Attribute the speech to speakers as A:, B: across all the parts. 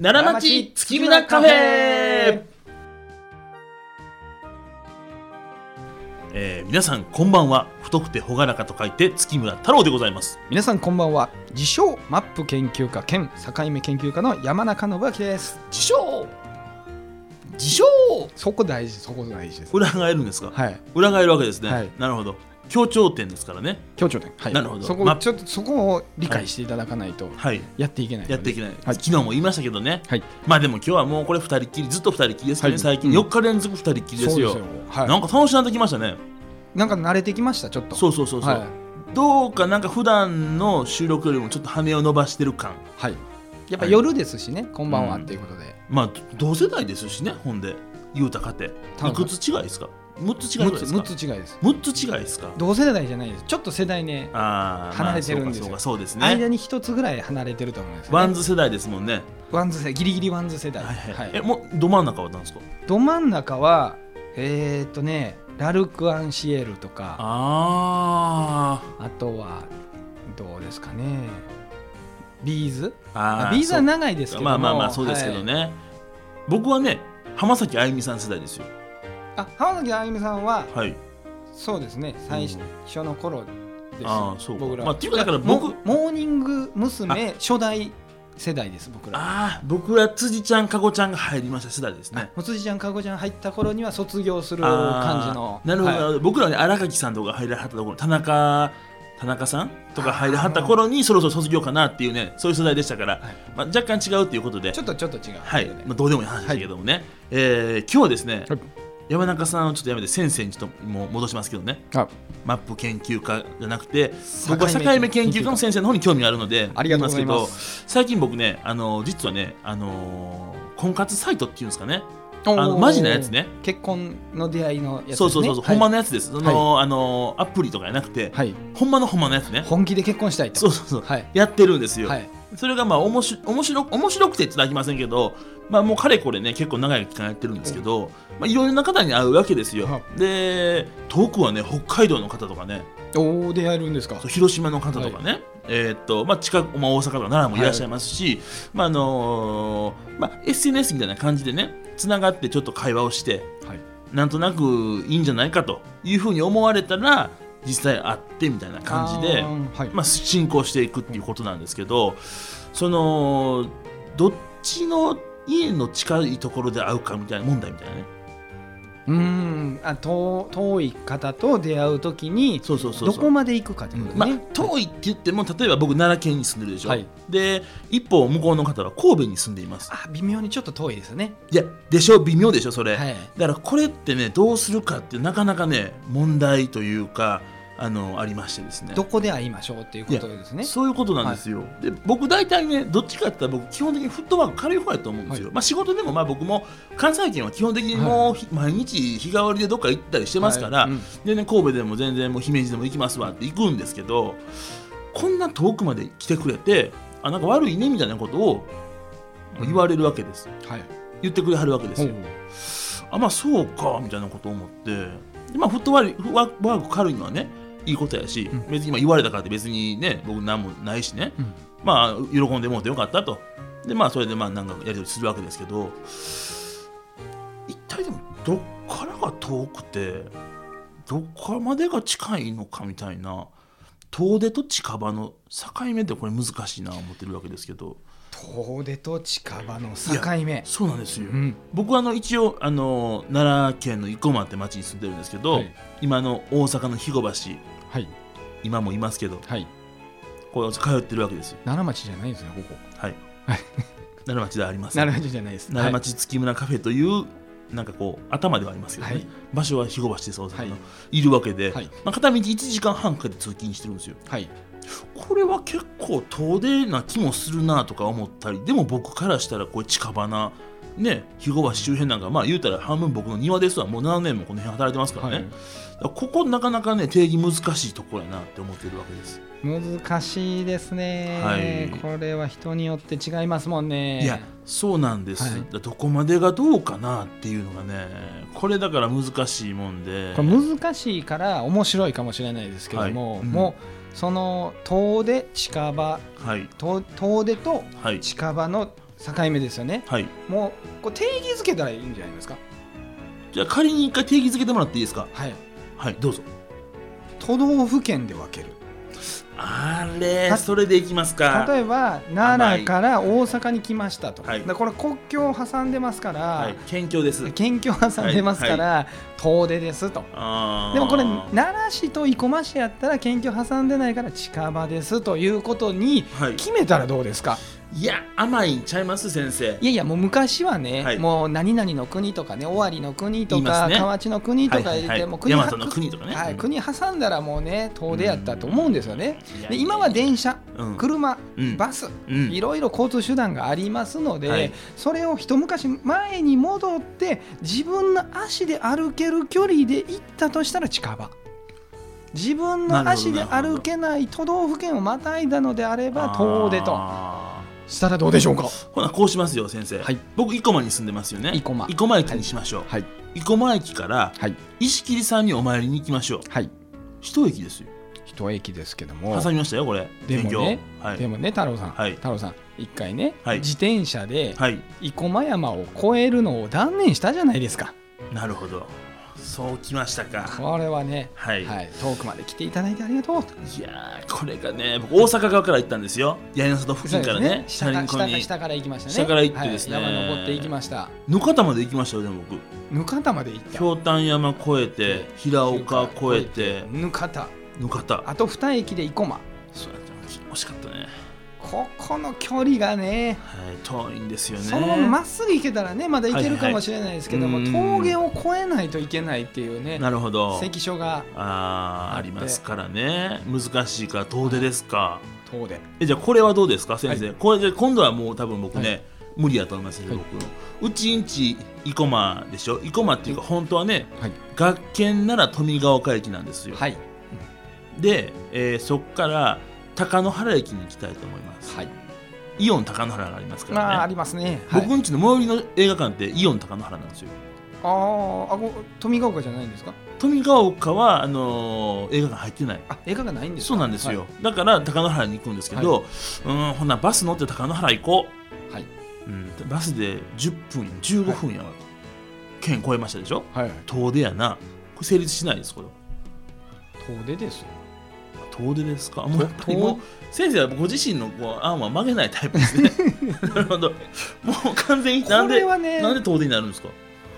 A: 奈良町月村カフェえー皆さんこんばんは太くて朗らかと書いて月村太郎でございます
B: 皆さんこんばんは自称マップ研究家兼境目研究家の山中信明です
A: 自称自称
B: そこ大事そこ大事です
A: 裏返るんですか
B: はい
A: 裏返るわけですね、
B: はい
A: なるほど協調点ですからね
B: 協調点はい
A: なるほど
B: そ
A: ま
B: こちょっとそこを理解していただかないと
A: はい
B: やっていけないので
A: やっていけない、
B: はい
A: 昨日も言いましたけどね、
B: はい
A: まあでも今日はもうこれ二人っきりずっと二人っきりですよね、
B: はい
A: 最近
B: うん
A: 4日連続二人っきりですよ,、
B: そうですよはい
A: なんか楽しなってきましたね
B: なんか慣れてきましたちょっと
A: そううそうそうそう、
B: はい
A: どうかなんか普段の収録よりもちょっと羽を伸ばしてる感
B: はいやっぱ
A: はい
B: 夜ですしねこんばんは
A: うん
B: っていうことで
A: まあ同世代ですしねほんで言うたかて
B: 多
A: い
B: 分
A: くつ違いですか6つ違いぐらいですか
B: 6つ違いです
A: 6つ違いですか
B: 同世代じゃないですちょっと世代ね
A: ああ
B: 離れてるんですよ
A: そうかそうかそうです
B: 間
A: ね
B: に一つぐらい離れてると思うんです
A: ワ
B: よ
A: ン
B: ね
A: ズ世代ですもんね
B: ワンズ世代ギリギリワンズ世代
A: はいはい、
B: はい
A: えもうど真ん中は何ですか
B: ど真ん中はえーっとねラルク・アンシエルとか
A: あー
B: あとはどうですかねビーズ
A: あ
B: あビーズは
A: そう
B: 長いですけども
A: まあまあまあそうですけどね、僕はね浜崎あゆみさん世代ですよ
B: はいあ浜崎あゆみさんは
A: はい
B: そうですね最
A: うん
B: 初の頃です、
A: ああそうか
B: 僕らは
A: まあっていうかだから僕
B: モモーニング娘。初代世代です僕ら
A: ああ僕は辻ちゃんかごちゃんが入りました世代ですね
B: もつじちゃんかごちゃん入った頃には卒業する
A: あー
B: 感じの
A: なるほど、なる
B: は
A: ほ
B: い
A: ど僕らはね新垣さんとか入らはったところ田中田中さんとか入らはった頃にそろそろ卒業かなっていうねそういう世代でしたから、まあ、若干違うっていうことで
B: ちょっとちょっと違う、
A: はい、
B: ね
A: まあ、どうでもいい話だけどもね、えー今日はですね、
B: はい
A: 山中さんをちょっとやめて先生にちょっともう戻しますけどね
B: あ
A: マップ研究家じゃなくて
B: 目
A: 僕は境目研究家の先生の方に興味があるので
B: ありがとうござい
A: 言
B: ます
A: すけど最近僕ねあの実はねあのー婚活サイトっていうんですかね
B: おー
A: あのマジなやつね
B: 結婚の出会いのやつ、ね、
A: そうそうそうそう、
B: は
A: ほ
B: い
A: んまのやつですその、あのーアプリとかじゃなくて、
B: はい
A: ほんまのほんまのやつね
B: 本気で結婚したいと
A: そうそうそう、
B: はい
A: やってるんですよ、
B: はい
A: それがまあおもし面白面白くてって言ってはいきませんけど、まあ、もうかれこれね結構長い期間やってるんですけど、まあ、いろいろな方に会うわけですよ
B: は
A: で遠くはね北海道の方とかね
B: おお出会えるんですか
A: そう広島の方とかね、えーっとまあ、近く、まあ、大阪とか奈良もいらっしゃいますし、まああのーまあ、SNS みたいな感じでねつながってちょっと会話をして
B: はい
A: なんとなくいいんじゃないかというふうに思われたら実際会ってみたいな感じで。
B: あーはい
A: まあ、進行していくっていうことなんですけどそのどっちの家の近いところで会うかみたいな問題みたいなね
B: うーんあ遠遠い方と出会うときに
A: そうそうそうそう
B: どこまで行くかってこと
A: う
B: ね、
A: んまあ、遠いって言っても例えば僕奈良県に住んでるでしょ、
B: はい
A: で一方向こうの方は神戸に住んでいます
B: あ微妙にちょっと遠いですね
A: いやでしょ微妙でしょそれ、
B: はい
A: だからこれってねどうするかってなかなかね問題というかあのありましてですね
B: どこで会いましょうっていうことですね
A: そういうことなんですよ、で僕大体ねどっちかって言ったら僕基本的にフットワーク軽い方やと思うんですよ、
B: は
A: まあ仕事でもまあ僕も関西圏は基本的にもうひ、毎日日替わりでどっか行ったりしてますから、
B: はいうん
A: でね神戸でも全然もう姫路でも行きますわって行くんですけどこんな遠くまで来てくれてあなんか悪いねみたいなことを言われるわけです、
B: はい
A: 言ってくれはるわけですよ、あまあそうかみたいなことを思ってで、まあ、フットワークフットワーク軽いのはねいいことやし、
B: うん
A: 別に今言われたからって別にね僕何もないしね、
B: うん
A: まあ喜んでもうてよかったとでまあそれでまあなんかやり取りするわけですけど一体でもどっからが遠くてどこまでが近いのかみたいな遠出と近場の境目ってこれ難しいな思ってるわけですけど
B: 遠出と近場の境目
A: そうなんですよ、
B: うん
A: 僕はあの一応あの奈良県の生駒って町に住んでるんですけど、
B: はい
A: 今の大阪の肥後橋
B: はい
A: 今もいますけど
B: はい
A: これ通ってるわけですよ
B: 奈良町じゃないですよここ
A: はい
B: はい
A: 奈良町ではありません
B: 奈良町じゃないです
A: 奈良町月村カフェという、なんかこう頭ではありますけどね、
B: はい
A: 場所は肥後橋です大阪の、、
B: はい
A: るわけで、
B: はい
A: まあ、片道1時間半かけて通勤してるんですよ
B: はい
A: これは結構遠出な気もするなとか思ったりでも僕からしたらこれ近場なね肥後橋周辺なんかまあ言うたら半分僕の庭ですわもう7年もこの辺働いてますから
B: は
A: ね、
B: い
A: だからここなかなかね定義難しいところやなって思ってるわけです、
B: 難しいですね、
A: はい
B: これは人によって違いますもんね
A: いやそうなんです、
B: はい
A: だからどこまでがどうかなっていうのがねこれだから難しいもんで
B: これ難しいから面白いかもしれないですけども、
A: はいうん
B: もうその遠出近場
A: はい
B: 遠遠出と
A: はい
B: 近場の境目ですよね
A: はい
B: もうこう定義づけたらいいんじゃないですか
A: じゃあ仮に一回定義づけてもらっていいですか
B: はい
A: はいどうぞ
B: 都道府県で分ける
A: あれ
B: た
A: それでいきますか
B: 例えば奈良から大阪に来ましたと、
A: はい
B: だからこれ国境を挟んでますから、
A: はい県境です
B: 県境を挟んでますから、遠出ですと
A: あー
B: でもこれ奈良市と生駒市やったら県境挟んでないから近場ですということに
A: はい
B: 決めたらどうですか
A: いや甘いんちゃいます先生
B: いやいやもう昔はね、
A: はい
B: もう何々の国とかね尾張の国と
A: 言います
B: か、
A: ね
B: 河内の国とか
A: は
B: 言
A: い
B: って、
A: はいはい
B: もう国は
A: 大和の国とかね
B: はい
A: うん
B: 国挟んだらもうね遠出やったと思うんですよね。
A: いや
B: で
A: いや
B: 今は電車、
A: うん
B: 車、
A: うん
B: バス、
A: うん
B: いろいろ交通手段がありますので、
A: はい
B: それを一昔前に戻って自分の足で歩ける距離で行ったとしたら近場自分の足
A: なる
B: で
A: ほどなるほど
B: 歩けない都道府県をまたいだのであれば遠出と
A: あ
B: したらどうでしょうか
A: ーほなこうしますよ先生、
B: はい
A: 僕生駒に住んでますよね
B: 生駒
A: 駅にしましょう、
B: はい
A: 生駒駅から
B: はい
A: 石切さんにお参りに行きましょう
B: はい
A: 一駅ですよ
B: 一駅ですけども
A: 挟みましたよこれ
B: で
A: 県
B: もね
A: 境はい
B: でもね太郎さん、
A: はい
B: 太郎さん一回ね、
A: はい
B: 自転車で
A: はい
B: 生駒山を越えるのを断念したじゃないですか
A: なるほどそうきましたか
B: これはね、
A: はい、
B: はい、遠くまで来ていただいてありがとうと
A: い、やーこれがね僕大阪側から行ったんですよ八重の里付近からね
B: 下か
A: に
B: 下か下から行きましたね
A: 下から行ってですね
B: はい山登って行きました
A: 野方まで行きましたよでも僕
B: ぬかたまで行った
A: 京丹山越えて平岡越えて
B: ぬかた
A: 野方
B: あと2駅で生駒
A: そうやった惜しかったね
B: ここの距離がね
A: はい遠いんですよね
B: そのまままっすぐ行けたらねまだ行けるかもしれないですけども、
A: はいはいうん
B: 峠を越えないといけないっていうね
A: なるほど
B: 関所が
A: あー
B: あ
A: あ
B: って
A: りますからね難しいから遠出ですか
B: 遠出
A: えじゃあこれはどうですか先生、
B: は
A: これで今度はもう多分僕ね、
B: は
A: 無理やと思いますよ、
B: はい
A: 僕のうちんち生駒でしょ生駒っていうか本当はね
B: はい
A: 学研なら富ヶ丘駅なんですよ、
B: はい
A: で、えーそこから貴野原駅に行きたいと思います、
B: はい
A: イオン貴野原がありますからね、
B: まあありますね、はい、
A: 僕んちの最寄りの映画館ってイオン高野原なんですよ
B: あーあこ富ヶ丘じゃないんですか
A: 富ヶ丘はあのー映画館入ってない
B: あ映画がないんですか
A: そうなんですよ、だから高野原に行くんですけど、うんほなバス乗って高野原行こ、
B: はいう
A: うん、バスで10分や15分やわ、県越えましたでしょ
B: はい、はい、
A: 遠出やなこれ成立しないですこれ
B: 遠出ですよ
A: 遠出ですかもうやっぱり
B: 遠
A: もう先生はご自身のこう案は曲げないタイプです ねなるほどもう完全になん
B: これ
A: で、
B: はね
A: なんで遠出になるんですか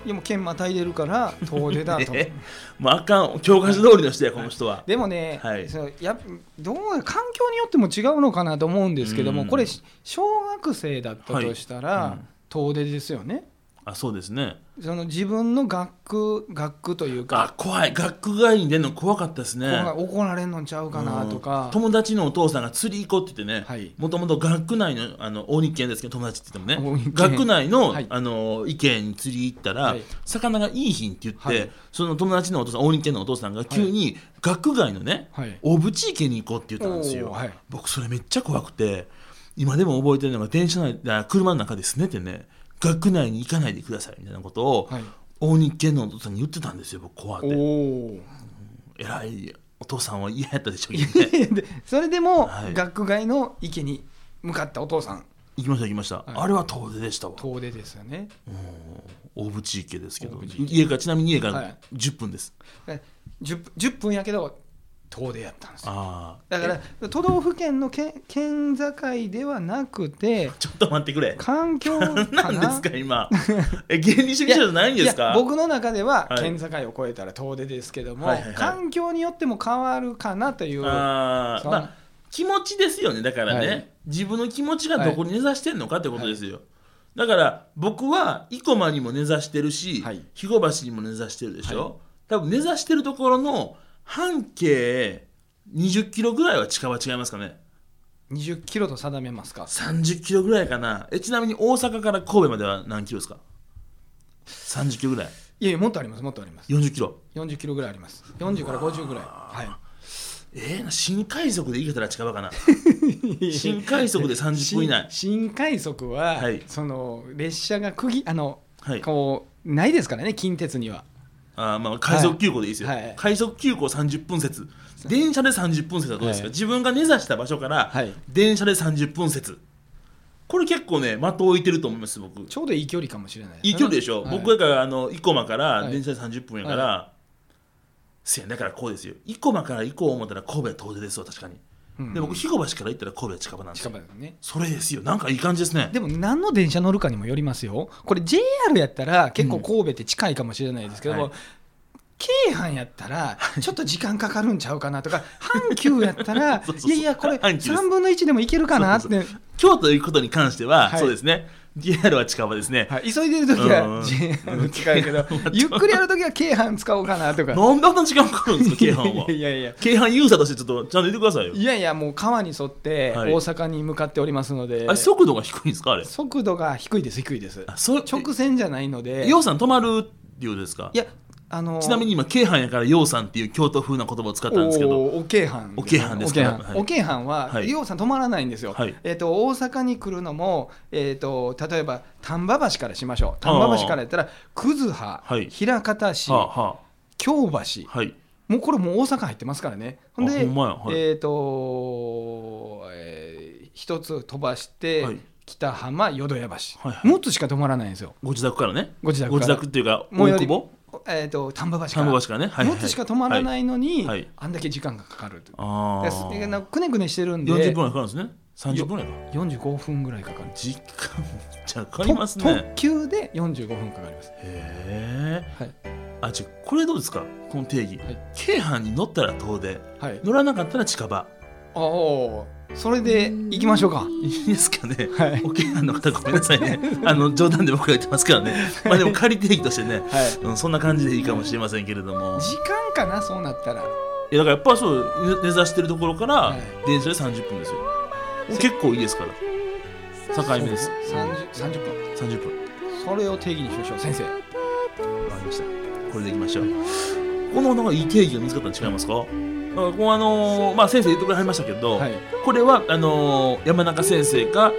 B: いやもう県またいでるから遠 出だと
A: えもうあかん教科書通りの人やこの人は、
B: でもね、
A: はい
B: そのやっどう環境によっても違うのかなと思うんですけども、
A: うん
B: これし小学生だったとしたら、
A: はいうん
B: 遠出ですよね
A: あそうですね
B: その自分の学区学区という
A: あ
B: か、
A: 怖い学区外に出るの怖かったですね
B: ここが怒られんのんちゃうかな
A: う
B: と
A: ん
B: か、
A: 友達のお父さんが釣り行こうって言ってね
B: はい
A: もともと学区内のあの大日県ですけど友達って言っても
B: 大日
A: ね
B: 軒
A: 学区内の,、
B: はい
A: あの意見に釣り行ったら、
B: はい
A: 魚がいいひんって言って、
B: はい
A: その友達のお父さん大日県のお父さんが急に学区外のね、
B: はい
A: 小渕池に行こうって言ったんですよ、
B: おーはい
A: 僕それめっちゃ怖くて今でも覚えてるのが電車内あ車の中ですねってね学区内に行かないでくださいみたいなことを、
B: はい
A: 大日県のお父さんに言ってたんですよ僕怖くて
B: おー
A: 偉いお父さんは嫌やったでしょうけどね
B: でそれでも、
A: はい
B: 学区外の池に向かったお父さん
A: 行きました行きました、あれは遠出でしたわ
B: 遠出ですよね
A: 大渕池ですけど
B: 大渕池
A: 家からちなみに家か
B: は
A: ら
B: い
A: 10分です、
B: で 10, 10分やけど遠出やったんですよ
A: ああ
B: だから都道府県の県県境ではなく て
A: ちょっと待ってくれ
B: 環境か
A: 何な
B: な
A: んですか 今え芸人主義者じゃないんです
B: い
A: か
B: や僕の中では
A: はい
B: 県境を越えたら遠出ですけども、
A: はいはいはい
B: 環境によっても変わるかなという
A: あ
B: そ
A: あ
B: う
A: まあ気持ちですよねだからね、
B: はい
A: 自分の気持ちがどこに根ざしてんのかってことですよ、だから僕は生駒にも根ざしてるし、
B: はい
A: 肥後橋にも根ざしてるでしょ、多分根ざしてるところの半径20キロぐらいは近は違いますかね
B: 20キロと定めますか
A: 30キロぐらいかなえちなみに大阪から神戸までは何キロですか30キロぐらい
B: いやいやもっとありますもっとあります
A: 40キロ
B: 40キロぐらいあります40から50ぐらいは
A: えー、新快速で行けたら近場 かな
B: い
A: 新快速で30分以内
B: 新新快速は、
A: はい
B: その列車が区切あの、
A: はい
B: こうないですからね近鉄には
A: あーまあ快速急行でいいですよ、
B: はい
A: 快速急行30分説電車で30分説はどうですか、
B: はい
A: 自分が根ざした場所から
B: はい
A: 電車で30分説これ結構ね的を置いてると思います僕
B: ちょうどいい距離かもしれない
A: いい距離でしょ、
B: はい
A: 僕だからあの生駒から
B: はい
A: 電車で30分やから、せやだからこうですよ生駒から行こう思ったら神戸は遠出ですわ確かに
B: うん
A: で僕肥後橋から行ったら神戸は近場なんです
B: 近
A: よ
B: 場だよね
A: それですよなんかいい感じですね
B: でも何の電車乗るかにもよりますよこれ JR やったら結構神戸って近いかもしれないですけども、
A: はい
B: 京阪やったらちょっと時間かかるんちゃうかなとか阪急やったら
A: そうそうそう
B: いやいやこれ
A: 阪急です
B: 3分の1でもいけるかなって
A: そう京都行くことに関しては、
B: はい
A: そうですね JR は近場ですね、
B: はい急いでる時
A: うんう
B: は
A: ん
B: JR 使うけ どゆっくりやる時は京阪使おうかなとか
A: なんであんな時間かかるん ですか京阪はい
B: やいや
A: 京阪ユーザーとしてちょっとちゃんと言ってくださいよ
B: いやいやもう川に沿って大
A: はい
B: 阪に向かっておりますので、
A: あれ速度が低いんですかあれ
B: 速度が低いです低いです
A: あそ
B: 直線じゃないので
A: ようさん止まるっていうことですか
B: いやあのー
A: ちなみに今京阪やからようさんっていう京都風な言葉を使ったんですけど
B: おーおけいはん
A: おけいはんですか
B: ね
A: はい
B: おけいはんは、
A: はい
B: ようさん止まらないんですよ。
A: はい
B: えっ、と、大阪に来るのも、えっ、と、例えば、丹波橋からしましょう。丹波橋からやったら、葛葉、
A: はい
B: 枚方市、
A: はあ、は
B: 京橋。
A: あ、はい
B: もうこれもう大阪入ってますからね。ほん
A: あ
B: で、
A: ほんまやはい
B: えっ、と、えー一つ飛ばして、
A: はい
B: 北浜淀屋橋、
A: はいはい
B: 6つしか止まらないんですよ。
A: ご自宅からね
B: ご自宅
A: ご
B: から
A: 自宅っていうか
B: 最寄
A: 大
B: り
A: 久保
B: えっ、と、丹波橋か
A: 看
B: ら。
A: 護橋からね、はいはい
B: 6つしか止まら
A: い、
B: ないのに、
A: はい
B: あんだけ時間がかかると。
A: あ
B: だからすな
A: あ
B: くねくねしてるんで
A: 40分はかかるんですね30分ぐらいか
B: 45分ぐらいかかる
A: 時間めっちゃかかります
B: と
A: ね
B: 特急で45分かかります
A: へえ
B: はい
A: あじゃあこれどうですかこの定義、
B: はい
A: 京阪に乗ったら遠出
B: はい
A: 乗らなかったら近場
B: ああそれで行きましょうか
A: いいですかね
B: はいはい
A: お京阪の方ごめんなさい ねあの冗談で僕が言ってますからねまあでも仮定義としてね、うん、そんな感じでいいかもしれませんけれども
B: 時間かなそうなったら
A: いやだからやっぱそうね目指してるところから
B: はい
A: 電車で30分ですよ、結構いいですから境目です
B: 30 30分
A: 30分
B: それを定義にしましょう先生
A: わかりましたこれでいきましょうこのなんかいい定義が見つかったの違いますかだからこうあのーまあ先生言ってくれはりましたけど、
B: はい
A: これはあのー山中先生が
B: はい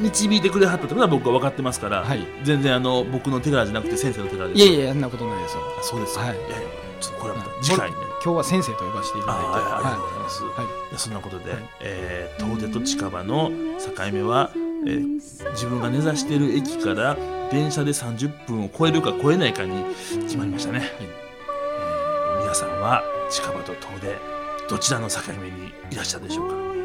A: 導いてくれはったってことは僕は分かってますから、
B: はい
A: 全然あの僕の手柄じゃなくて先生の手柄です
B: いやいやそんなことないですよ
A: あそうですか、
B: はい
A: いやいやちょっとこれはまた
B: はい
A: 次回ね
B: 今日は先生と呼ばせていただいて
A: ああありがとうございます
B: はいはい
A: いやそんなことで、えー遠出と近場の境目は、えー自分が根ざしている駅から電車で30分を超えるか超えないかに決まりましたね、えー皆さんは近場と遠出どちらの境目にいらっしゃるでしょうか